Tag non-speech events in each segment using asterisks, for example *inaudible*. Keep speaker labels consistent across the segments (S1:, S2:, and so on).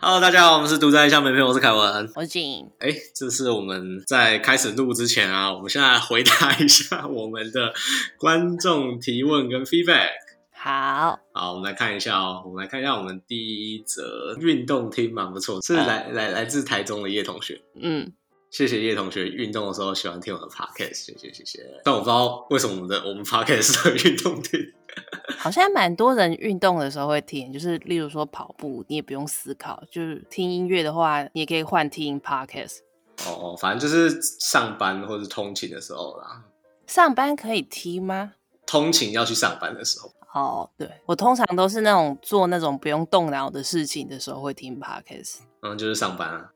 S1: Hello，大家好，我们是独在异乡没朋友，我是凯文。
S2: 我进
S1: 哎，这是我们在开始录之前啊，我们现在回答一下 *laughs* 我们的观众提问跟 feedback。
S2: 好，
S1: 好，我们来看一下哦，我们来看一下我们第一则运动听蛮不错，是来来来自台中的叶同学。
S2: 嗯，
S1: 谢谢叶同学，运动的时候喜欢听我的 podcast，谢谢谢谢。但我不知道为什么我们的我们 podcast 是运动听，
S2: 好像蛮多人运动的时候会听，就是例如说跑步，你也不用思考，就是听音乐的话，你也可以换听 podcast。
S1: 哦，反正就是上班或是通勤的时候啦，
S2: 上班可以听吗？
S1: 通勤要去上班的时候。
S2: 哦，对，我通常都是那种做那种不用动脑的事情的时候会听 podcast。 *laughs*
S1: 嗯，就是上班啊。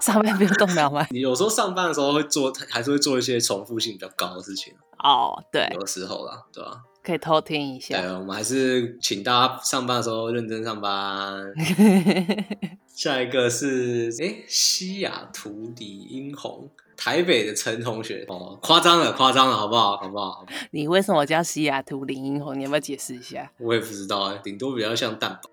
S2: 上班不用动脑吗？ *laughs*
S1: 你有时候上班的时候会做，还是会做一些重复性比较高的事情，
S2: 哦，对，
S1: 有的时候啦，对吧、
S2: 可以偷听一
S1: 对
S2: 下。
S1: 啊，我们还是请大家上班的时候认真上班。下一个是诶，西雅图李英红，台北的陈同学哦，夸张了，夸张了，好不好？好不好？
S2: *laughs* 你为什么叫西雅图林英红？你要不要解释一下？ *laughs*
S1: 我也不知道，顶多比较像蛋堡，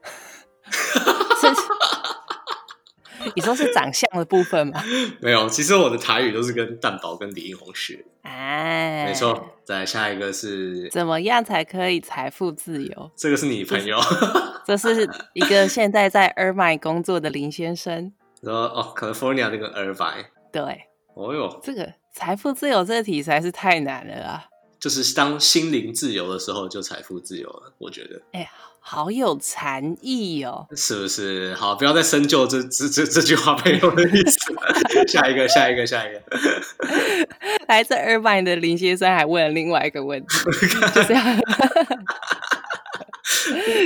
S2: 是 *laughs* 你说是长相的部分吗？ *laughs*
S1: 没有。其实我的台语都是跟蛋堡跟李英红学的，
S2: 哎，
S1: 没错。再来下一个是
S2: 怎么样才可以财富自由？
S1: 这个是你朋友。 *laughs*
S2: 这是一个现在在 Irvine 工作的林先生。
S1: 然后哦，California 那个 Irvine，
S2: 对，
S1: 哦哟，
S2: 这个财富自由这个题实在是太难了啊！
S1: 就是当心灵自由的时候，就财富自由了。我觉得
S2: 哎，好有禅意哦。
S1: 是不是？好，不要再深究这这这这句话背后的意思了。下一个，下一个，下一个。
S2: 来自 Irvine 的林先生还问了另外一个问题，就是要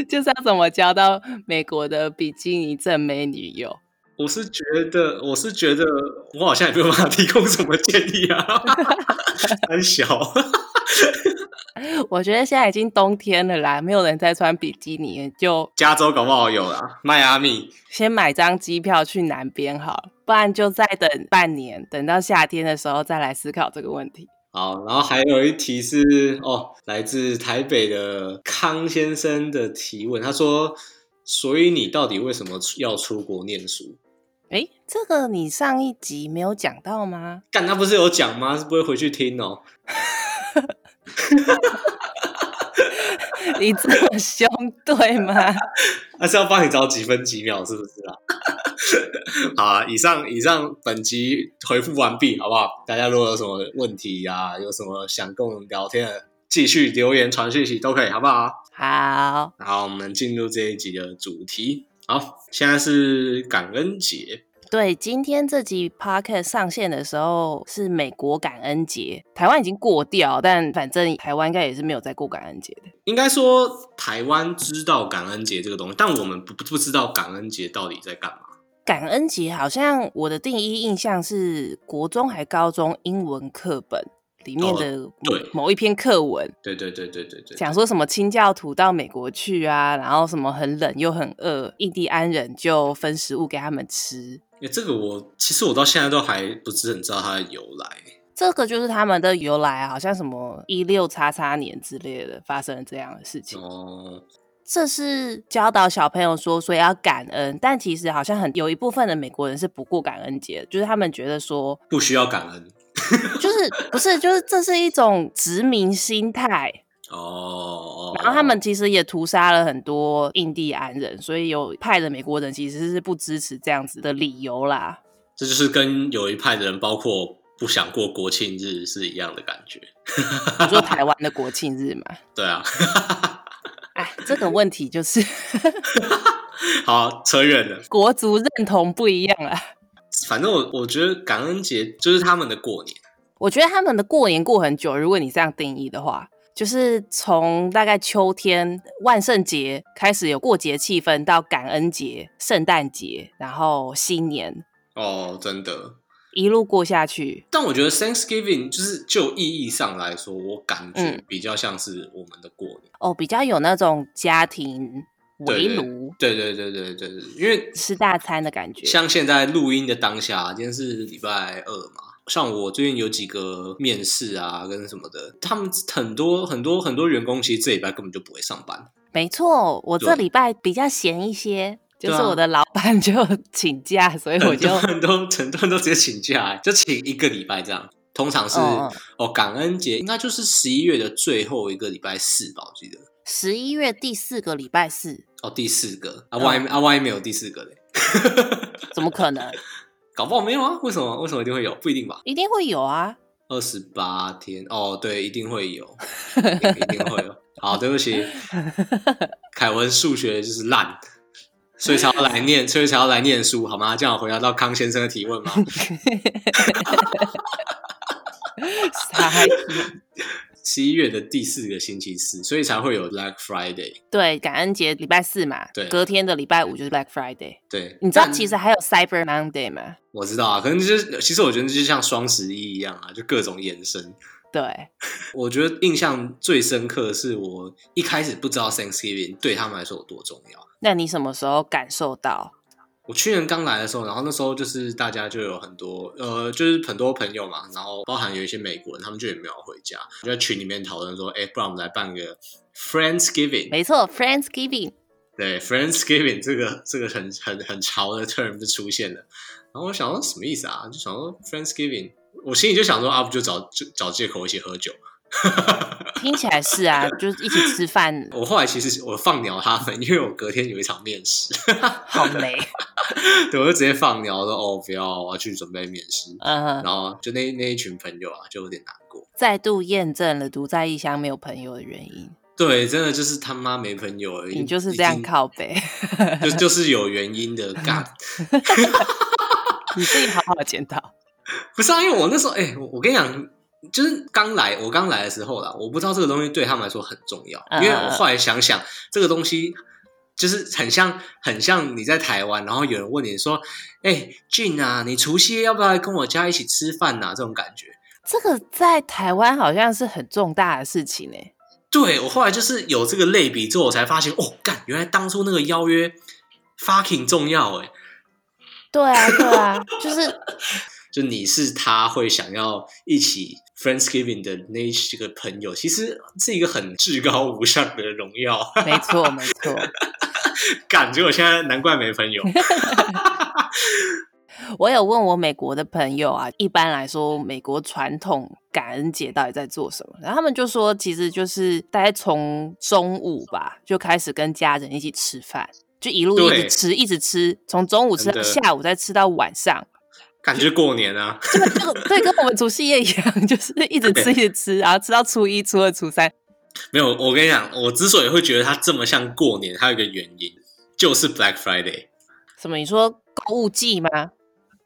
S2: *laughs* 就是要怎么交到美国的比基尼正美女友？
S1: 我是觉得，我是觉得，我好像也没有办法提供什么建议啊， *laughs* 很小。
S2: 我觉得现在已经冬天了啦，没有人再穿比基尼，就
S1: 加州搞不好有啦，迈阿密
S2: 先买张机票去南边好了，不然就再等半年，等到夏天的时候再来思考这个问题。
S1: 好，然后还有一题是哦，来自台北的康先生的提问，他说：“所以你到底为什么要出国念书
S2: 诶，这个你上一集没有讲到吗？”？ *laughs*
S1: 干，他不是有讲吗？是不会回去听哦。
S2: 你这么凶对吗？
S1: *laughs* 那是要帮你找几分几秒，是不是啊？ *laughs* 好啊，以上以上本集回复完毕，好不好？大家如果有什么问题啊，有什么想跟我们聊天的，继续留言、传讯息都可以，好不好？
S2: 好，
S1: 好，我们进入这一集的主题。好，现在是感恩节，
S2: 对，今天这集 podcast 上线的时候是美国感恩节，台湾已经过掉，但反正台湾应该也是没有在过感恩节的。
S1: 应该说台湾知道感恩节这个东西，但我们不不知道感恩节到底在干嘛。
S2: 感恩节好像我的第一印象是国中还高中英文课本里面的
S1: 对
S2: 某一篇课文，
S1: 对对对对对对，
S2: 讲说什么清教徒到美国去啊，然后什么很冷又很饿，印第安人就分食物给他们吃。
S1: 诶这个我其实我到现在都还不是很知道它的由来。
S2: 这个就是他们的由来啊，好像什么一六叉叉年之类的发生了这样的事情。
S1: 哦，
S2: 这是教导小朋友说，所以要感恩。但其实好像很有一部分的美国人是不过感恩节的，就是他们觉得说，
S1: 不需要感恩。
S2: 就是不是就是这是一种殖民心态。
S1: 哦哦，
S2: 然后他们其实也屠杀了很多印第安人，所以有派的美国人其实是不支持这样子的理由啦。
S1: 这就是跟有一派的人，包括不想过国庆日是一样的感觉。
S2: 你说台湾的国庆日嘛，
S1: 对啊， *laughs*
S2: 哎，这个问题就是 *laughs*
S1: 好扯远了。
S2: 国族认同不一样啊啦。
S1: 反正我我觉得感恩节就是他们的过年。
S2: 我觉得他们的过年过很久，如果你这样定义的话，就是从大概秋天万圣节开始有过节气氛，到感恩节、圣诞节，然后新年
S1: 哦，真的。
S2: 一路过下去。
S1: 但我觉得 Thanksgiving 就是就意义上来说，我感觉
S2: 嗯
S1: 比较像是我们的过年。
S2: 哦，比较有那种家庭围
S1: 对对
S2: 炉。
S1: 对对对对对对，因为
S2: 吃大餐的感觉。
S1: 像现在录音的当下，今天是礼拜二嘛。像我最近有几个面试啊，跟什么的，他们很多很多很多员工其实这礼拜根本就不会上班，
S2: 没错，我这
S1: 对啊
S2: 礼拜比较闲一些，就是我的老板 *laughs* 就请假，所
S1: 哦 *laughs*
S2: 以我就嗯
S1: 很多人都很多人都直接请假、欸，就请一个礼拜这样。通常是
S2: 嗯
S1: 哦感恩节应该就是十一月的最后一个礼拜四吧，我记得。
S2: 十一月第四个礼拜四，
S1: 哦，第四个啊，万一、啊万一没有第四个嘞？
S2: 怎么可能？
S1: 搞不好没有啊？为什么？为什么一定会有？不一定吧？
S2: 一定会有啊！
S1: 二十八天哦，对，一定会
S2: *laughs*
S1: 有，一定一定会有。好，对不起，凯文数学就是烂，所以才要来念，所以才要来念书，好吗？这样我回答到康先生的提问吗？
S2: *laughs* 傻眼
S1: 十一月的第四个星期四，所以才会有 Black Friday。
S2: 对，感恩节礼拜四嘛，
S1: 对
S2: 隔天的礼拜五就是 Black Friday。
S1: 对，
S2: 你知道
S1: 但
S2: 其实还有 Cyber Monday 吗？
S1: 我知道啊，可能就是其实我觉得就像双十一一样啊，就各种延伸。
S2: 对，
S1: 我觉得印象最深刻的是我一开始不知道 Thanksgiving 对他们来说有多重要。
S2: 那你什么时候感受到？
S1: 我去年刚来的时候，然后那时候就是大家就有很多呃，就是很多朋友嘛，然后包含有一些美国人，他们就也没有回家，就在群里面讨论说，哎、不然我们来办个 Friendsgiving。
S2: 没错，Friendsgiving。
S1: 对，Friendsgiving 这个这个很很很潮的 term 就出现了。然后我想说什么意思啊？就想说 Friendsgiving，我心里就想说啊，不就找就找借口一起喝酒。
S2: 听起来是啊，就是一起吃饭，
S1: 我后来其实我放鸟他们，因为我隔天有一场面试， *laughs*
S2: 好累。
S1: 对，我就直接放鸟说哦，不要，我要去准备面试。
S2: 嗯、
S1: 然后就那那一群朋友啊，就有点难过。
S2: 再度验证了独在异乡没有朋友的原因，
S1: 对，真的就是他妈没朋友而已。
S2: 你就是这样
S1: 已经，
S2: 靠背，
S1: 就就是有原因的干。
S2: *laughs* 你自己好好检讨。
S1: 不是啊，因为我那时候，哎、我我跟你讲，就是刚来，我刚来的时候啦，我不知道这个东西对他们来说很重要，
S2: 嗯
S1: 因为我后来想想，这个东西就是很像，很像你在台湾，然后有人问你说，哎、俊啊，你除夕夜要不要来跟我家一起吃饭呐、啊这种感觉。
S2: 这个在台湾好像是很重大的事情呢、欸
S1: 对我后来就是有这个类比之后，我才发现，哦，干，原来当初那个邀约 fucking 重要哎、
S2: 对啊，对啊，就是 *laughs*
S1: 就你是他会想要一起 Friendsgiving 的那一些个朋友，其实是一个很至高无上的荣耀。
S2: 没错，没错。
S1: 感觉我现在难怪没朋友。
S2: 我有问我美国的朋友啊，一般来说，美国传统感恩节到底在做什么？然后他们就说，其实就是大概从中午吧就开始跟家人一起吃饭，就一路一
S1: 对
S2: 直吃，一直吃，从中午吃
S1: 真
S2: 到
S1: 的
S2: 下午，再吃到晚上。
S1: 感觉过年啊，
S2: 这个这个对，跟我们除夕夜一样， *laughs* 就是一直吃，一直吃，然后吃到初一、初二、初三。
S1: 没有。我跟你讲，我之所以会觉得它这么像过年，还有一个原因，就是 Black Friday。
S2: 什么？你说购物季吗？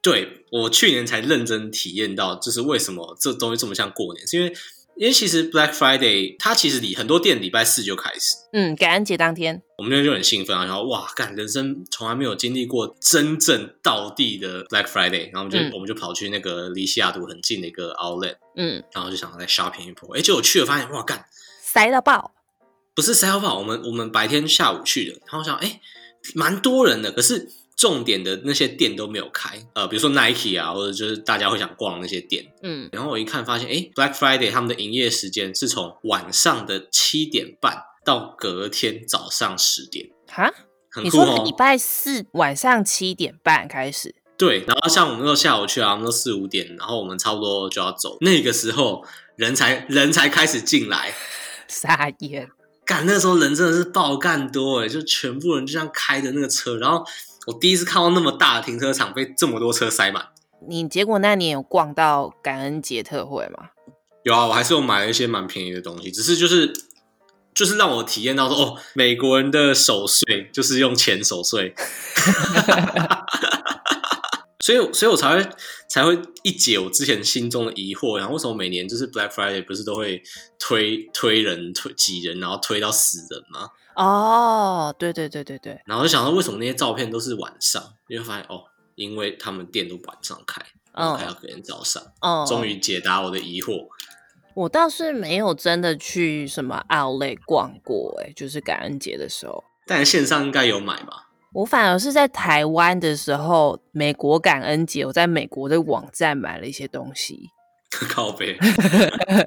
S1: 对我去年才认真体验到，就是为什么这东西这么像过年，是因为因为其实 Black Friday 它其实礼很多店礼拜四就开始，
S2: 嗯，感恩节当天，
S1: 我们那天就很兴奋啊，然后哇，干，人生从来没有经历过真正到地的 Black Friday，然后我们就、
S2: 嗯
S1: 我们就跑去那个离西雅图很近的一个 Outlet，
S2: 嗯，
S1: 然后就想要再 shopping 一波，哎，结果去了发现，哇，干，
S2: 塞到爆，
S1: 不是 sale 吧？我们我们白天下午去的，然后我想，哎，蛮多人的，可是重点的那些店都没有开，呃，比如说 Nike 啊，或者就是大家会想逛的那些店，
S2: 嗯，
S1: 然后我一看发现，哎，Black Friday 他们的营业时间是从晚上的七点半到隔天早上十点。
S2: 哈，
S1: 很
S2: 你
S1: 酷
S2: 说
S1: 哦！
S2: 礼拜四晚上七点半开始， *laughs*
S1: 对，然后像我们那时候下午去啊，我们都四五点，然后我们差不多就要走，那个时候人才人才开始进来，
S2: 傻眼，
S1: 干那时候人真的是爆干多哎，就全部人就像开着那个车，然后我第一次看到那么大的停车场被这么多车塞满。
S2: 你结果那年有逛到感恩节特惠吗？
S1: 有啊，我还是有买了一些蛮便宜的东西，只是就是就是让我体验到说，哦，美国人的守岁就是用钱守岁， *laughs* 所以所以我才会才会一解我之前心中的疑惑，然后为什么每年就是 Black Friday 不是都会推推人推挤人，然后推到死人吗？
S2: 哦，对对对对对，
S1: 然后就想到为什么那些照片都是晚上，因为发现哦，因为他们店都晚上开，
S2: 嗯
S1: 还要隔天早上，
S2: 嗯，
S1: 终于解答我的疑惑。
S2: 我倒是没有真的去什么 Outlet 逛过、欸，就是感恩节的时候，
S1: 但线上应该有买吧？
S2: 我反而是在台湾的时候，美国感恩节，我在美国的网站买了一些东西， *laughs*
S1: *laughs* 靠背，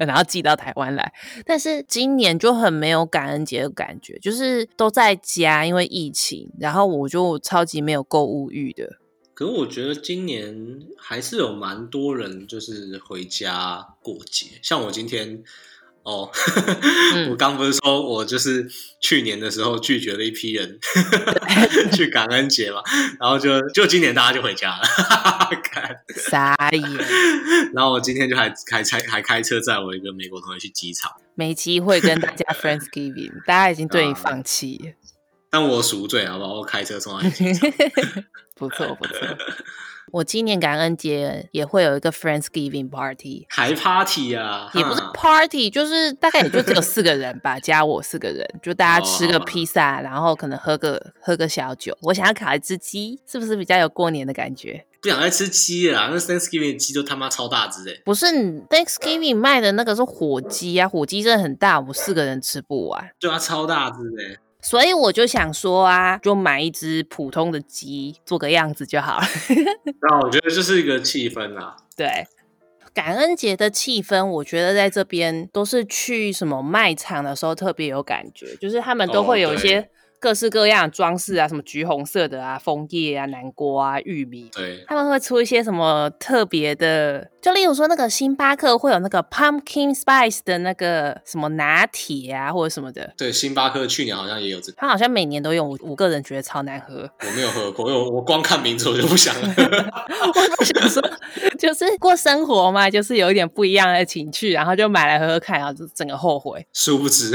S2: 然后寄到台湾来。但是今年就很没有感恩节的感觉，就是都在家，因为疫情，然后我就超级没有购物欲的。
S1: 可是我觉得今年还是有蛮多人就是回家过节，像我今天哦，*laughs*
S2: 嗯
S1: 我刚不是说我就是去年的时候拒绝了一批人 *laughs* 去感恩节嘛，然后就就今年大家就回家了， *laughs* 干
S2: 傻眼，
S1: 然后我今天就还还开还开车载我一个美国同学去机场，
S2: 没机会跟大家 Friendsgiving，大家已经对你
S1: 啊
S2: 放弃了。
S1: 但我赎罪好不好？我开车送他
S2: *laughs*
S1: 去，
S2: 不错不错， *laughs* 我今年感恩节也会有一个 Friendsgiving party，
S1: 还 party 啊，
S2: 也不是
S1: 哈
S2: party，就是大概也就只有四个人吧，加我四个人，就大家吃个
S1: 哦
S2: 披萨，然后可能喝个喝个小酒。我想要烤一只鸡，是不是比较有过年的感觉？
S1: 不想再吃鸡了啦，那 Thanksgiving 的鸡都他妈超大只哎、
S2: 不是你 Thanksgiving 卖的那个是火鸡啊，火鸡真的很大，我四个人吃不完。
S1: 对啊，超大只哎、
S2: 所以我就想说啊，就买一只普通的鸡，做个样子就好了。
S1: 那我觉得这是一个气氛啊啦。
S2: 对，感恩节的气氛，我觉得在这边都是去什么卖场的时候特别有感觉，就是他们都
S1: 哦
S2: 会有一
S1: 对
S2: 些各式各样的装饰啊，什么橘红色的啊、枫叶啊、南瓜啊、玉米。
S1: 对，
S2: 他们会出一些什么特别的，就例如说那个星巴克会有那个 pumpkin spice 的那个什么拿铁啊，或者什么的。
S1: 对，星巴克去年好像也有这个，
S2: 他好像每年都用，我我个人觉得超难喝。 *laughs*
S1: 我没有喝过，因为我我光看名字我就不想喝。 *laughs*
S2: 我想说，就是过生活嘛，就是有一点不一样的情趣，然后就买来喝喝看，然后就整个后悔，
S1: 殊不知，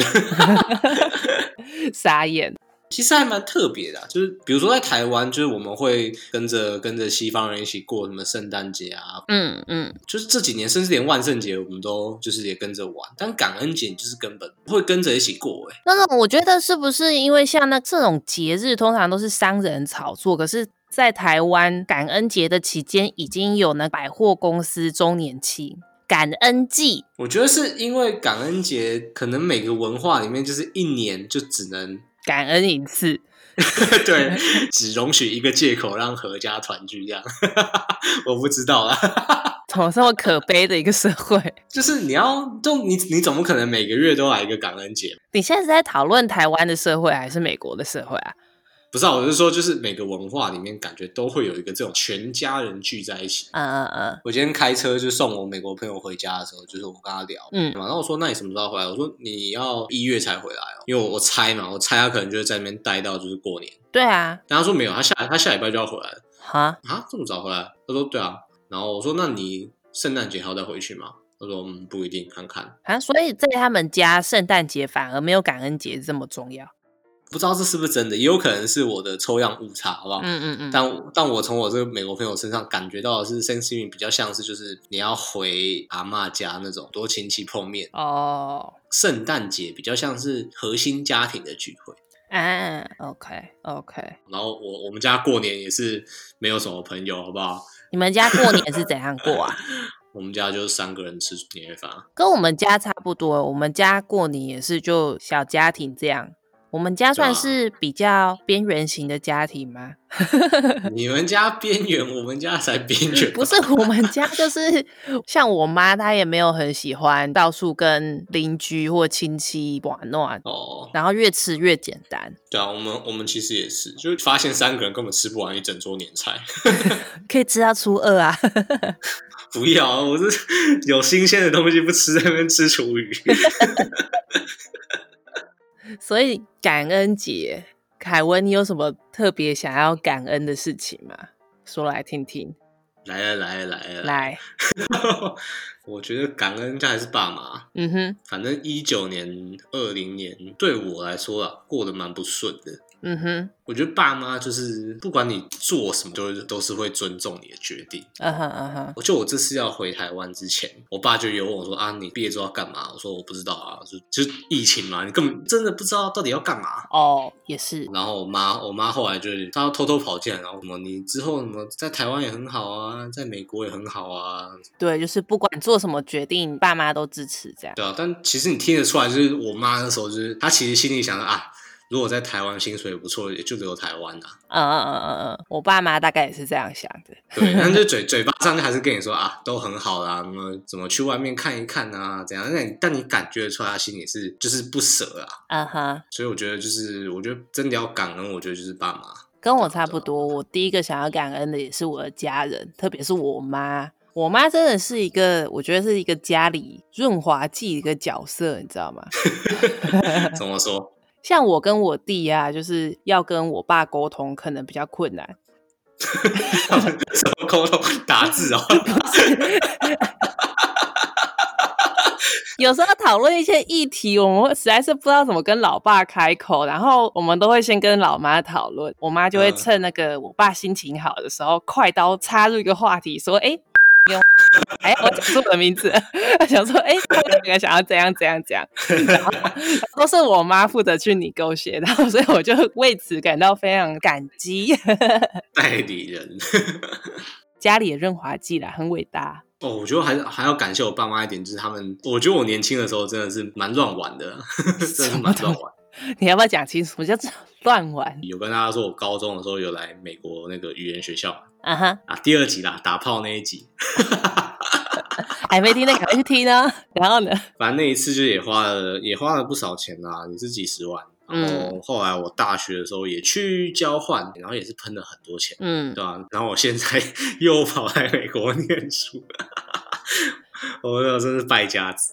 S1: *laughs*
S2: *laughs* 傻眼。
S1: 其实还蛮特别的啊、就是比如说在台湾，就是我们会跟着跟着西方人一起过什么圣诞节啊，
S2: 嗯嗯，
S1: 就是这几年甚至连万圣节我们都就是也跟着玩，但感恩节就是根本不会跟着一起过哎、
S2: 那种我觉得是不是因为像那这种节日，通常都是商人炒作，可是。在台湾感恩节的期间，已经有那百货公司周年庆、感恩季，
S1: 我觉得是因为感恩节可能每个文化里面就是一年就只能
S2: 感恩一次。
S1: *laughs* 对，只容许一个借口让合家团聚这样， *laughs* 我不知道啦。
S2: 怎么这么可悲的一个社会？
S1: *laughs*
S2: *laughs*
S1: 就是你要，就你你总不可能每个月都来一个感恩节，
S2: 你现在是在讨论台湾的社会还是美国的社会啊？
S1: 不是啊？我是说，就是每个文化里面感觉都会有一个这种全家人聚在一起。
S2: 嗯嗯嗯，
S1: 我今天开车就送我美国朋友回家的时候，就是我跟他聊，
S2: 嗯
S1: 嘛，然后我说那你什么时候回来？我说你要一月才回来哦，因为我我猜嘛，我猜他可能就是在那边待到就是过年。
S2: 对啊，
S1: 但他说没有，他下他下礼拜就要回来了。
S2: 哈，
S1: 啊，这么早回来？他说对啊。然后我说那你圣诞节还要再回去吗？他说嗯，不一定，看看。
S2: 啊，所以在他们家圣诞节反而没有感恩节这么重要。
S1: 不知道这是不是真的，也有可能是我的抽样误差，好不好？
S2: 嗯嗯嗯，
S1: 但我但我从我这个美国朋友身上感觉到的是，Thanksgiving 比较像是就是你要回阿嬷家那种多亲戚碰面，
S2: 哦，
S1: 圣诞节比较像是核心家庭的聚会。
S2: 啊，OK OK，
S1: 然后我我们家过年也是没有什么朋友，好不好？
S2: 你们家过年是怎样过啊？
S1: 我们家就是三个人吃年夜饭啊，
S2: 跟我们家差不多，我们家过年也是就小家庭这样。我们家算
S1: 对啊
S2: 是比较边缘型的家
S1: *laughs*
S2: 庭吗？
S1: 你们家边缘，我们家才边缘。
S2: 不是，我们家就是 *laughs* 像我妈，她也没有很喜欢到处跟邻居或亲戚玩闹，啊
S1: 哦，
S2: 然后越吃越简单，
S1: 对啊，我们我们其实也是，就发现三个人根本吃不完一整桌年菜。 *laughs*
S2: 可以吃到初二啊。 *laughs*
S1: 不要啊，我是有新鲜的东西不吃，在那边吃厨余。 *laughs*
S2: 所以感恩节，凯文，你有什么特别想要感恩的事情吗？说来听听。
S1: 来了来了来了，
S2: 来，
S1: *laughs* 我觉得感恩这还是爸妈。
S2: 嗯哼，
S1: 反正一九年、二零年对我来说啊，过得蛮不顺的。
S2: 嗯哼，
S1: 我觉得爸妈就是不管你做什么，都是都是会尊重你的决定。
S2: 嗯哼，嗯哼，
S1: 就我这次要回台湾之前，我爸就有问我说啊，你毕业之后要干嘛？我说我不知道啊，就就疫情嘛，你根本真的不知道到底要干嘛。
S2: 哦，也是，
S1: 然后我妈，我妈后来就是她偷偷跑进来，然后什么你之后什么在台湾也很好啊，在美国也很好啊，
S2: 对，就是不管做什么决定，爸妈都支持这样。
S1: 对啊。但其实你听得出来，就是我妈那时候就是她其实心里想着啊，如果在台湾薪水不错，也就留台湾啊。
S2: 嗯嗯嗯嗯嗯，我爸妈大概也是这样想的。
S1: 对，但是嘴嘴巴上还是跟你说啊，都很好啦，怎么怎么去外面看一看啊，怎样？那你但你感觉出来，他心里是就是不舍啊。
S2: 嗯哼，
S1: 所以我觉得就是，我觉得真的要感恩，我觉得就是爸妈。
S2: *laughs* 跟我差不多。我第一个想要感恩的也是我的家人，特别是我妈。我妈真的是一个，我觉得是一个家里润滑剂的一个角色，你知道吗？
S1: 怎么说？
S2: 像我跟我弟啊，就是要跟我爸沟通，可能比较困难。
S1: 什么沟通打字哦？
S2: 有时候讨论一些议题，我们会实在是不知道怎么跟老爸开口，然后我们都会先跟老妈讨论，我妈就会
S1: 嗯
S2: 趁那个我爸心情好的时候，快刀插入一个话题，说：“哎、 *laughs* 你有哎，我讲出我的名字了，想说，哎、他们两个想要怎样怎样怎样，然后都是我妈负责去你勾血，然后所以我就为此感到非常感激， *laughs*
S1: 代理人。 *laughs*
S2: 家里的润滑剂啦，很伟大。
S1: 哦，我觉得还是还要感谢我爸妈一点，就是他们，我觉得我年轻的时候真的是蛮乱玩的，真的是蛮乱玩。
S2: 你要不要讲清楚？叫做乱玩
S1: 有跟大家说，我高中的时候有来美国那个语言学校
S2: *laughs* 啊哈，
S1: 啊，第二集啦，打炮那一集，
S2: 还没听那赶快去听呢。然后呢？
S1: 反正那一次就也花了也花了不少钱啦，也是几十万。然后后来我大学的时候也去交换，然后也是喷了很多钱，
S2: 嗯，
S1: 对吧、然后我现在 *laughs* 又跑来美国念书，我那真是败家子。，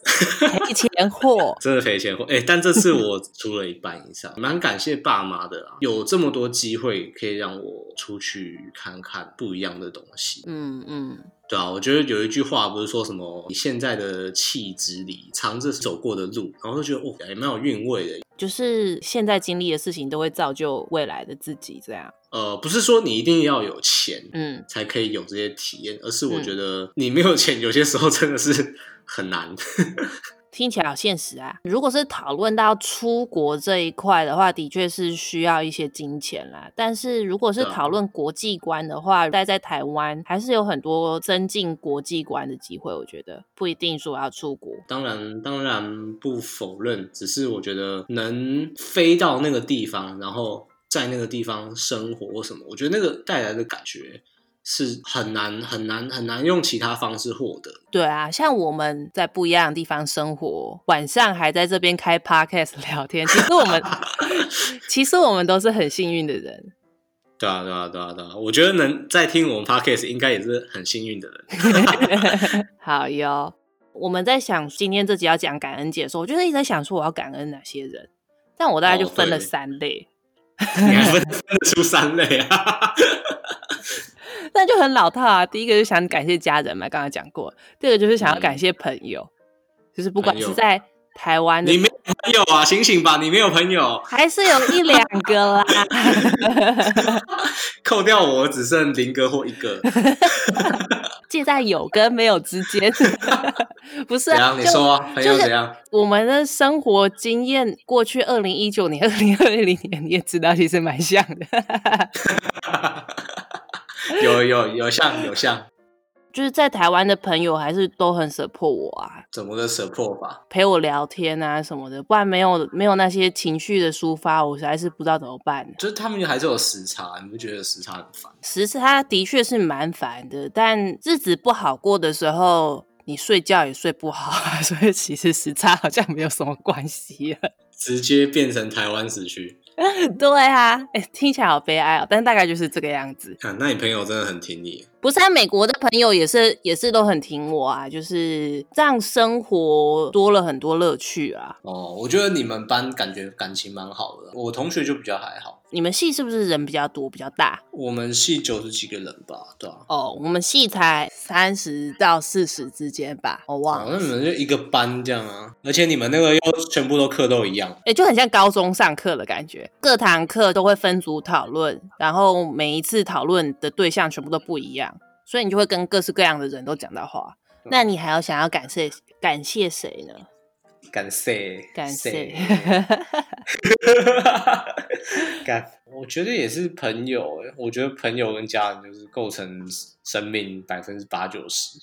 S2: 赔钱货
S1: 真的赔钱货哎、欸但这次我出了一半以上，蛮感谢爸妈的啦，有这么多机会可以让我出去看看不一样的东西，
S2: 嗯嗯，
S1: 对啊，我觉得有一句话不是说什么你现在的气质里藏着走过的路，然后就觉得哦，也蛮有韵味的。
S2: 就是现在经历的事情都会造就未来的自己，这样，
S1: 呃，不是说你一定要有钱
S2: 嗯，
S1: 才可以有这些体验，而是我
S2: 嗯
S1: 觉得你没有钱，有些时候真的是很难。
S2: 听起来好现实啊。如果是讨论到出国这一块的话，的确是需要一些金钱啦。但是如果是
S1: 对啊
S2: 讨论国际观的话，待在台湾还是有很多增进国际观的机会，我觉得不一定说要出国。
S1: 当然，当然不否认，只是我觉得能飞到那个地方，然后在那个地方生活或什么，我觉得那个带来的感觉是很难很难很难用其他方式获得。
S2: 对啊，像我们在不一样的地方生活，晚上还在这边开 podcast *laughs* 聊天，其实
S1: *laughs*
S2: 我们其实我们都是很幸运的人。 *laughs*
S1: 对啊，对啊，对啊，对啊！我觉得能在听我们 podcast 应该也是很幸运的 *laughs* 人。
S2: 好哟，我们在想今天这集要讲感恩节的时候，我就是一直在想说我要感恩哪些人，但我大概就
S1: 哦
S2: 分了
S1: 对
S2: 三类，
S1: 你还分分得出三类啊？ *laughs*
S2: 那就很老套啊。第一个就想感谢家人嘛，刚刚讲过；第二个就是想要
S1: 嗯
S2: 感谢朋友，就是不管
S1: 朋友
S2: 是在台湾的
S1: 你没有朋友啊？醒醒吧！你没有朋友，
S2: 还是有一两个
S1: *laughs*
S2: 啦。
S1: 扣掉我只剩零个或一个。
S2: 介在有跟没有之间， *laughs* 不是、
S1: 怎
S2: 啊？
S1: 样？你
S2: 就
S1: 说啊，朋友
S2: 就是
S1: 怎样？ *laughs*
S2: 我们的生活经验，过去二零一九年、二零二零年，你也知道，其实蛮像的。 *laughs*
S1: 有有有像有像，
S2: 就是在台湾的朋友还是都很 support 我啊，
S1: 怎么个 support 法？
S2: 陪我聊天啊什么的，不然没有没有那些情绪的抒发，我实在是不知道怎么办。
S1: 就是他们还是有时差，你不觉得时差很烦？
S2: 时差的确是蛮烦的，但日子不好过的时候，你睡觉也睡不好啊， *laughs* 所以其实时差好像没有什么关系啊了。
S1: 直接变成台湾时区
S2: *laughs* 对啊，哎、听起来好悲哀哦，但大概就是这个样子。
S1: 啊！那你朋友真的很挺你，
S2: 不是、啊，美国的朋友也是也是都很挺我啊，就是让生活多了很多乐趣啊。
S1: 哦。我觉得你们班感觉感情蛮好的，我同学就比较还好。
S2: 你们系是不是人比较多，比较大？
S1: 我们系九十几个人吧，对啊。
S2: 哦，我们系才三十到四十之间吧，我忘
S1: 哦，
S2: 了。
S1: 那你们就一个班这样啊，而且你们那个又全部都课都一样，
S2: 哎也就很像高中上课的感觉，各堂课都会分组讨论，然后每一次讨论的对象全部都不一样，所以你就会跟各式各样的人都讲到话。
S1: 嗯
S2: 那你还有想要感谢感谢谁呢？
S1: 感谢
S2: 感谢
S1: *laughs*
S2: *laughs*
S1: 感，我觉得也是朋友欸，我觉得朋友跟家人就是构成生命百分之八九十。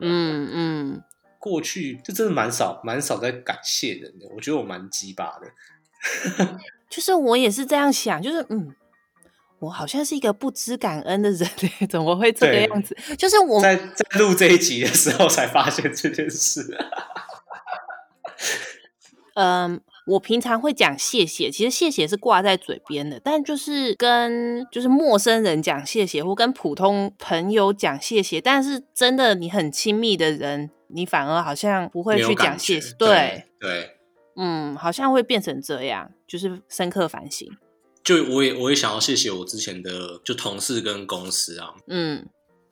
S2: 嗯嗯，
S1: 过去就真的蛮少蛮少在感谢人的，我觉得我蛮鸡巴的。
S2: 就是我也是这样想，就是嗯，我好像是一个不知感恩的人欸， *laughs* 怎么会这个
S1: 对
S2: 样子？就是我
S1: 在在录这一集的时候才发现这件事。
S2: 嗯，我平常会讲谢谢，其实谢谢是挂在嘴边的，但就是跟就是陌生人讲谢谢，或跟普通朋友讲谢谢，但是真的你很亲密的人，你反而好像不 *laughs* 会
S1: 没有
S2: 去
S1: 感
S2: 讲谢
S1: 觉
S2: 谢，
S1: 对对，
S2: 嗯，好像会变成这样，就是深刻反省，
S1: 就我也我也想要谢谢我之前的就同事跟公司啊，
S2: 嗯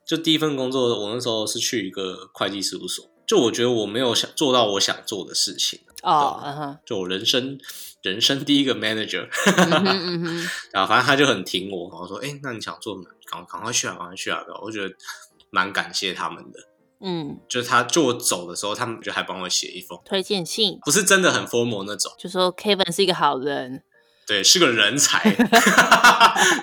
S1: 就第一份工作，我那时候是去一个会计事务所，就我觉得我没有想做到我想做的事情，
S2: 哦，嗯哼，
S1: 就我人生人生第一个 manager， *laughs*
S2: 嗯哼嗯哼，
S1: 啊，反正他就很挺我，然后说，哎、那你想做什么？赶赶快去啊，赶快去啊！对吧我觉得蛮感谢他们的，
S2: 嗯，
S1: 就是他就我走的时候，他们就还帮我写一封，
S2: 推荐信
S1: 不是真的很 formal 那种，
S2: 就说 Kevin 是一个好人，
S1: 对，是个人才，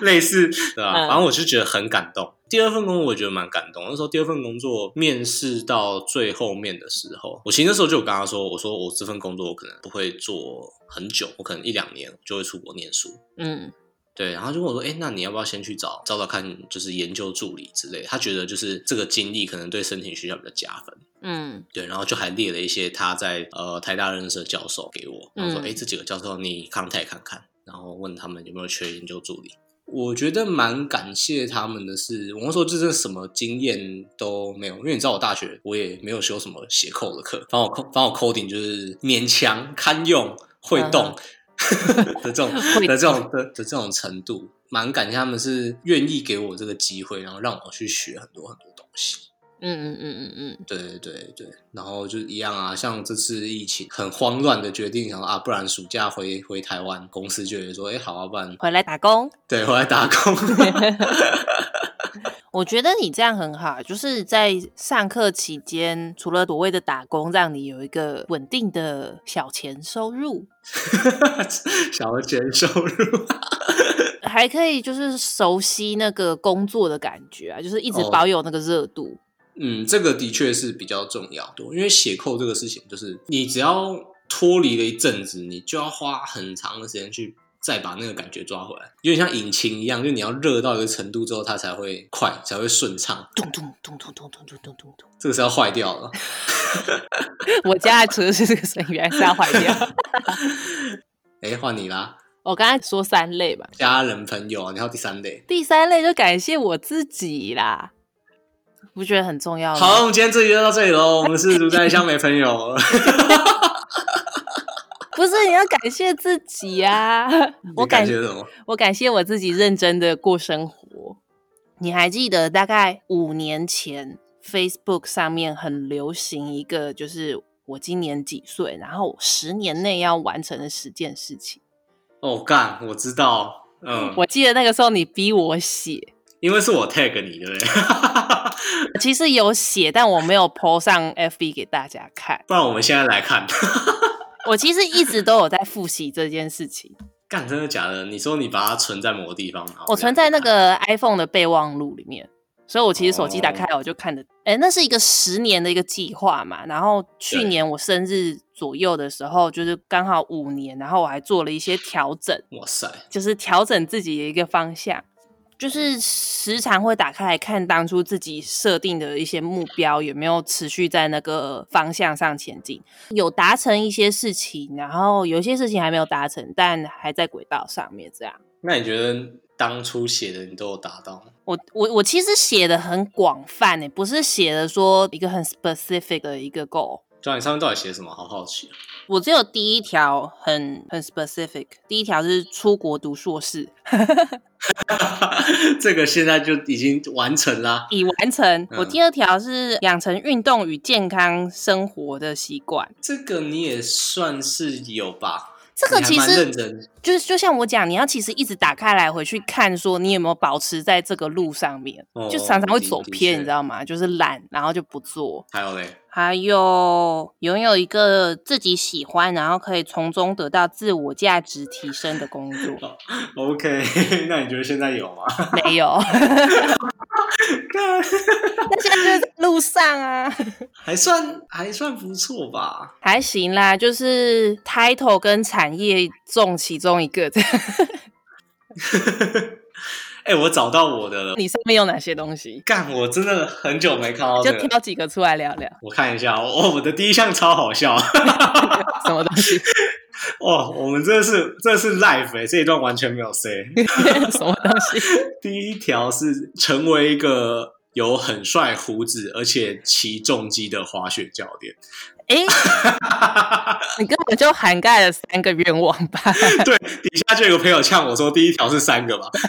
S1: 类似对吧？
S2: 嗯
S1: 反正我就觉得很感动。第二份工作我也觉得蛮感动，那时候第二份工作面试到最后面的时候，我其实那时候就有跟他说，我说我这份工作我可能不会做很久，我可能一两年就会出国念书，
S2: 嗯
S1: 对，然后就跟我说，哎，那你要不要先去找找找看，就是研究助理之类的？他觉得就是这个经历可能对申请学校比较加分。
S2: 嗯
S1: 对，然后就还列了一些他在呃台大认识的教授给我，然后说，
S2: 嗯
S1: 哎、这几个教授你 contact 看看，然后问他们有没有缺研究助理。我觉得蛮感谢他们的是，我那时候就是什么经验都没有，因为你知道我大学我也没有修什么斜扣的课，反正我扣反正我扣顶就是勉强堪用，会动、的这种
S2: 嗯 *laughs* 会
S1: 的这种的的这种程度，蛮感谢他们是愿意给我这个机会，然后让我去学很多很多东西。
S2: 嗯嗯嗯嗯
S1: 对对对对，然后就一样啊，像这次疫情很慌乱的决定，想说啊，不然暑假回回台湾，公司就也说，哎，好啊，不然
S2: 嗯，回来打 *laughs* 工。
S1: 对回来打工。 *laughs*
S2: 我觉得你这样很好，就是在上课期间，除了所谓的打工，让你有一个稳定的小钱收入，
S1: 想要钱收入，
S2: 还可以就是熟悉那个工作的感觉啊，就是一直
S1: 哦
S2: 保有那个热度。
S1: 嗯，这个的确是比较重要的，因为写扣这个事情，就是你只要脱离了一阵子，你就要花很长的时间去再把那个感觉抓回来，有点像引擎一样，就你要热到一个程度之后，它才会快，才会顺畅，
S2: 咚咚咚咚咚咚咚咚咚咚， *laughs*
S1: 这个是要坏掉了。
S2: 我家的车是这个声音，原来是要坏掉。
S1: 哎，换你啦。
S2: *laughs* 我刚才说三类吧，
S1: 家人朋友，啊然后第三类。
S2: 第三类就感谢我自己啦，不觉得很重要吗？
S1: 好，我们今天这集就到这里 *laughs* 喽。我们是独在乡没朋友，
S2: 不是你要感谢自己啊， *laughs*
S1: *laughs*
S2: 我
S1: 你感谢什么？
S2: 我感谢我自己认真的过生活。你还记得大概五年前，Facebook 上面很流行一个，就是我今年几岁，然后十年内要完成的十件事情。
S1: 哦，干，我知道，嗯，
S2: 我记得那个时候你逼我写，
S1: 因为是我 tag 你，对不 *laughs* 对？
S2: 其实有写，但我没有 po 上 FB 给大家看。
S1: 不然我们现在来看， *laughs*
S2: 我其实一直都有在复习这件事情，
S1: 干，真的假的？你说你把它存在某个地方，然后
S2: 我
S1: 这样
S2: 存在那
S1: 看，
S2: 个 iPhone 的备忘录里面，所以我其实手机打开我就看着，哎、那是一个十年的一个计划嘛。然后去
S1: 对
S2: 年我生日左右的时候，就是刚好五年，然后我还做了一些调整，
S1: 哇塞，
S2: 就是调整自己的一个方向，就是时常会打开来看当初自己设定的一些目标有没有持续在那个方向上前进，有达成一些事情，然后有一些事情还没有达成，但还在轨道上面这样。
S1: 那你觉得当初写的你都有达到吗？
S2: 我我我其实写的很广泛欸诶，不是写的说一个很 specific 的一个 goal。
S1: 就你上面到底写什么？好好奇啊。 *laughs*
S2: 我只有第一条很很 specific，第一条是出国读硕士
S1: 这个现在就已经完成啦。
S2: 已完成。
S1: *laughs*
S2: 我
S1: 嗯
S2: 第二条是养成运动与健康生活的习惯。
S1: 这个你也算是有吧？
S2: 这个
S1: 你还
S2: 其
S1: 蛮认
S2: 实
S1: 真，
S2: 就是就像我讲，你要其实一直打开来回去看，说你有没有保持在这个路上面，
S1: 哦
S2: 就常常会
S1: 的
S2: 走
S1: 的
S2: 偏，
S1: 确
S2: 你知道吗？就是懒，然后就不做。
S1: 还有嘞，
S2: 还有拥有一个自己喜欢，然后可以从中得到自我价值提升的工作，
S1: *laughs* OK，那你觉得现在有吗？
S2: 没有。
S1: 看
S2: *laughs* 那现在就是在路上啊， *laughs*
S1: 还算还算不错吧。
S2: 还行啦，就是 title 跟产业中其中一个。 *laughs*
S1: 哎、我找到我的了，
S2: 你上面有哪些东西？
S1: 干，我真的很久没看到
S2: 就
S1: 这个。
S2: 挑几个出来聊 *laughs* 聊，
S1: 我看一下，哦，我的第一项超好笑，
S2: 什么东西？ *laughs*
S1: 哦，我们这是这是 live 哎、这一段完全没有 say。
S2: 什么东西？
S1: 第一条是成为一个有很帅胡子而且骑重机的滑雪教练。
S2: 哎、你根本就涵盖了三个愿望吧？ *laughs*
S1: 对，底下就有个朋友呛我说，第一条是三个吧。 *laughs*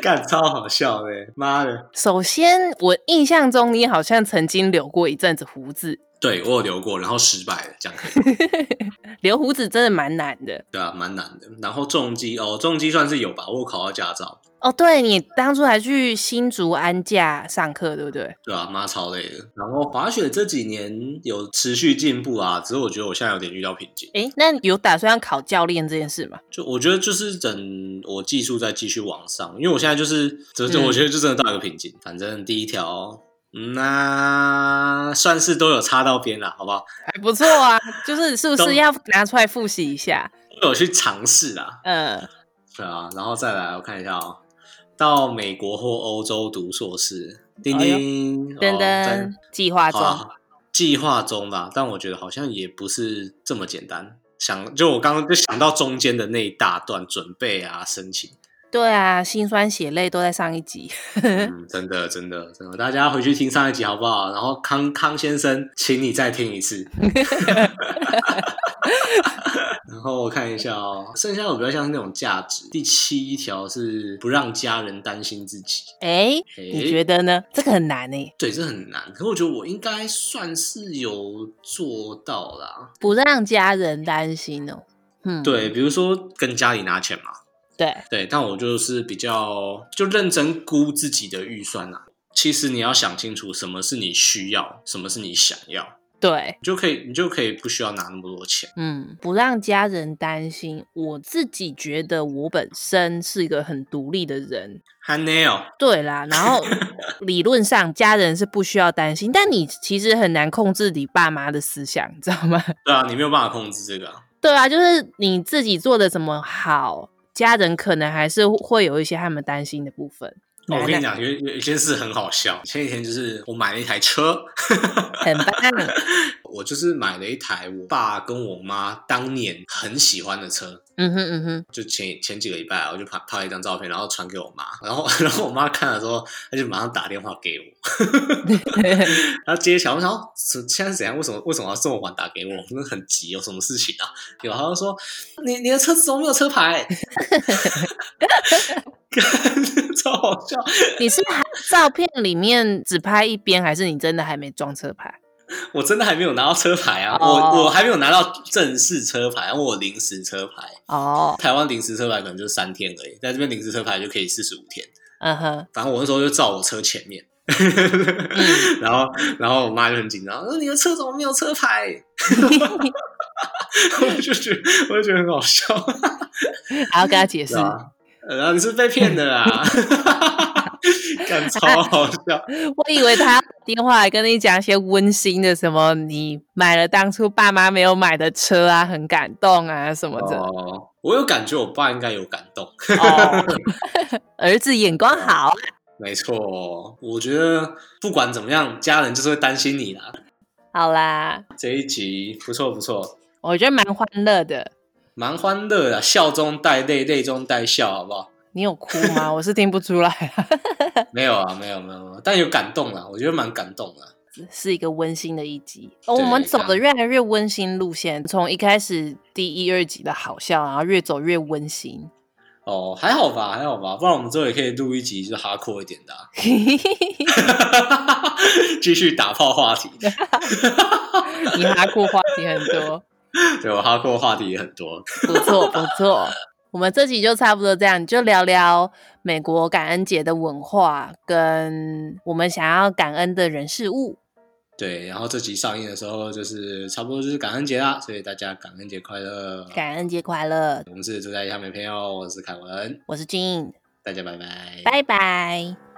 S1: 干超好笑的、欸妈的！
S2: 首先，我印象中你好像曾经留过一阵子胡子，
S1: 对我有留过，然后失败了，这样可以
S2: *laughs* 留胡子真的蛮难的。
S1: 对啊，蛮难的。然后重机哦，重机算是有吧，我有考到驾照，
S2: 哦，对你当初还去新竹安驾上课，对不对？
S1: 对啊，妈超累的。然后滑雪这几年有持续进步啊，只是我觉得我现在有点遇到瓶颈。
S2: 哎，那有打算要考教练这件事吗？
S1: 就我觉得就是等我技术再继续往上，因为我现在就是，这这
S2: 嗯
S1: 我觉得就真的到一个瓶颈。反正第一条，嗯那、算是都有插到边了，好不好？
S2: 还不错啊，就是是不
S1: 懂
S2: 是要拿出来复习一下？
S1: 都有去尝试啦，
S2: 嗯，
S1: 对啊。然后再来，我看一下哦，到美国或欧洲读硕士，叮叮，
S2: 哎噔
S1: 哦在
S2: 噔，计划中。
S1: 好计划中吧，但我觉得好像也不是这么简单。想就我刚刚就想到中间的那一大段准备啊，申请。
S2: 对啊，心酸血泪都在上一集。
S1: 嗯，真的，真的，真的，大家回去听上一集好不好？然后康康先生，请你再听一次。
S2: *laughs*
S1: *laughs* 然后我看一下哦，剩下的比较像是那种价值。第七条是不让家人担心自己。
S2: 哎，
S1: 诶
S2: 你觉得呢？这个很难诶，
S1: 对，这很难，可我觉得我应该算是有做到啦。
S2: 不让家人担心哦。嗯，
S1: 对，比如说跟家里拿钱嘛，
S2: 对，
S1: 对，但我就是比较就认真估自己的预算啦、其实你要想清楚，什么是你需要，什么是你想要。
S2: 对，
S1: 你就可以，你就可以不需要拿那么多钱。
S2: 嗯，不让家人担心。我自己觉得我本身是一个很独立的人，
S1: 汉内哦，
S2: 对啦。
S1: *laughs*
S2: 然后理论上家人是不需要担心，但你其实很难控制你爸妈的思想，你知道吗？ *laughs*
S1: 对啊，你没有办法控制这个啊、
S2: 对啊，就是你自己做的怎么好，家人可能还是会有一些他们担心的部分。
S1: 哦
S2: 哎
S1: 我
S2: 奶
S1: 跟你
S2: 奶
S1: 讲，有有有一件事很好笑。前几天就是我买了一台车， *laughs*
S2: 很棒，
S1: 我就是买了一台我爸跟我妈当年很喜欢的车。
S2: 嗯哼嗯哼，
S1: 就前前几个礼拜啊，我就拍拍了一张照片，然后传给我妈，然后 *laughs* 然后我妈看了之后，她就马上打电话给我，然后接起来，我想说怎现在是怎样？为什么为什么要这么晚打给我？我真的很急，有什么事情啊？有，她就说你你的车子怎么没有车牌？ *laughs* 干 *laughs* 超好笑！
S2: *laughs* 你是还照片里面只拍一边，还是你真的还没装车牌？
S1: 我真的还没有拿到车牌啊，
S2: 哦
S1: 我我还没有拿到正式车牌，我有临时车牌。
S2: 哦，
S1: 台湾临时车牌可能就三天而已，在这边临时车牌就可以四十五天。
S2: 嗯哼，
S1: 反正我那时候就照我车前面，
S2: 嗯
S1: *laughs* 然后然后我妈就很紧张，说你的车怎么没有车牌？ *laughs* 我就觉得我就觉得很好笑，
S2: 还要跟他解释
S1: 是。吧？然后你是被骗的啦， *laughs* 干超好笑，
S2: 我以为他打电话来跟你讲一些温馨的，什么你买了当初爸妈没有买的车啊，很感动啊什么的。
S1: 哦，我有感觉，我爸应该有感动。
S2: *laughs* 哦，儿子眼光好，
S1: 没错，哦我觉得不管怎么样，家人就是会担心你啦。
S2: 好啦，
S1: 这一集不错不错，
S2: 我觉得蛮欢乐的。
S1: 蛮欢乐的，笑中带泪，泪中带笑，好不好？
S2: 你有哭 *laughs* 吗？我是听不出来、啊
S1: 没有啊，没有没有，没有但有感动啊啦，我觉得蛮感动的。
S2: 是一个温馨的一集。哦、我
S1: 对
S2: 们走
S1: 这
S2: 的
S1: 样
S2: 越来越温馨路线，从一开始第一、二集的好笑，然后越走越温馨。
S1: 哦，还好吧，还好吧，不然我们之后也可以录一集就是哈阔一点的、啊， *laughs* 继续打炮话题。
S2: *laughs* 你哈酷话题很多，
S1: 对我哈阔话题也很多，
S2: *laughs* 不错不错。我们这集就差不多这样，就聊聊美国感恩节的文化，跟我们想要感恩的人事物。
S1: 对。然后这集上映的时候就是差不多就是感恩节啦，所以大家感恩节快乐。
S2: 感恩节快乐！
S1: 我们是住在下面朋友，我是凯文，
S2: 我是 Jean，
S1: 大家拜拜，
S2: 拜拜。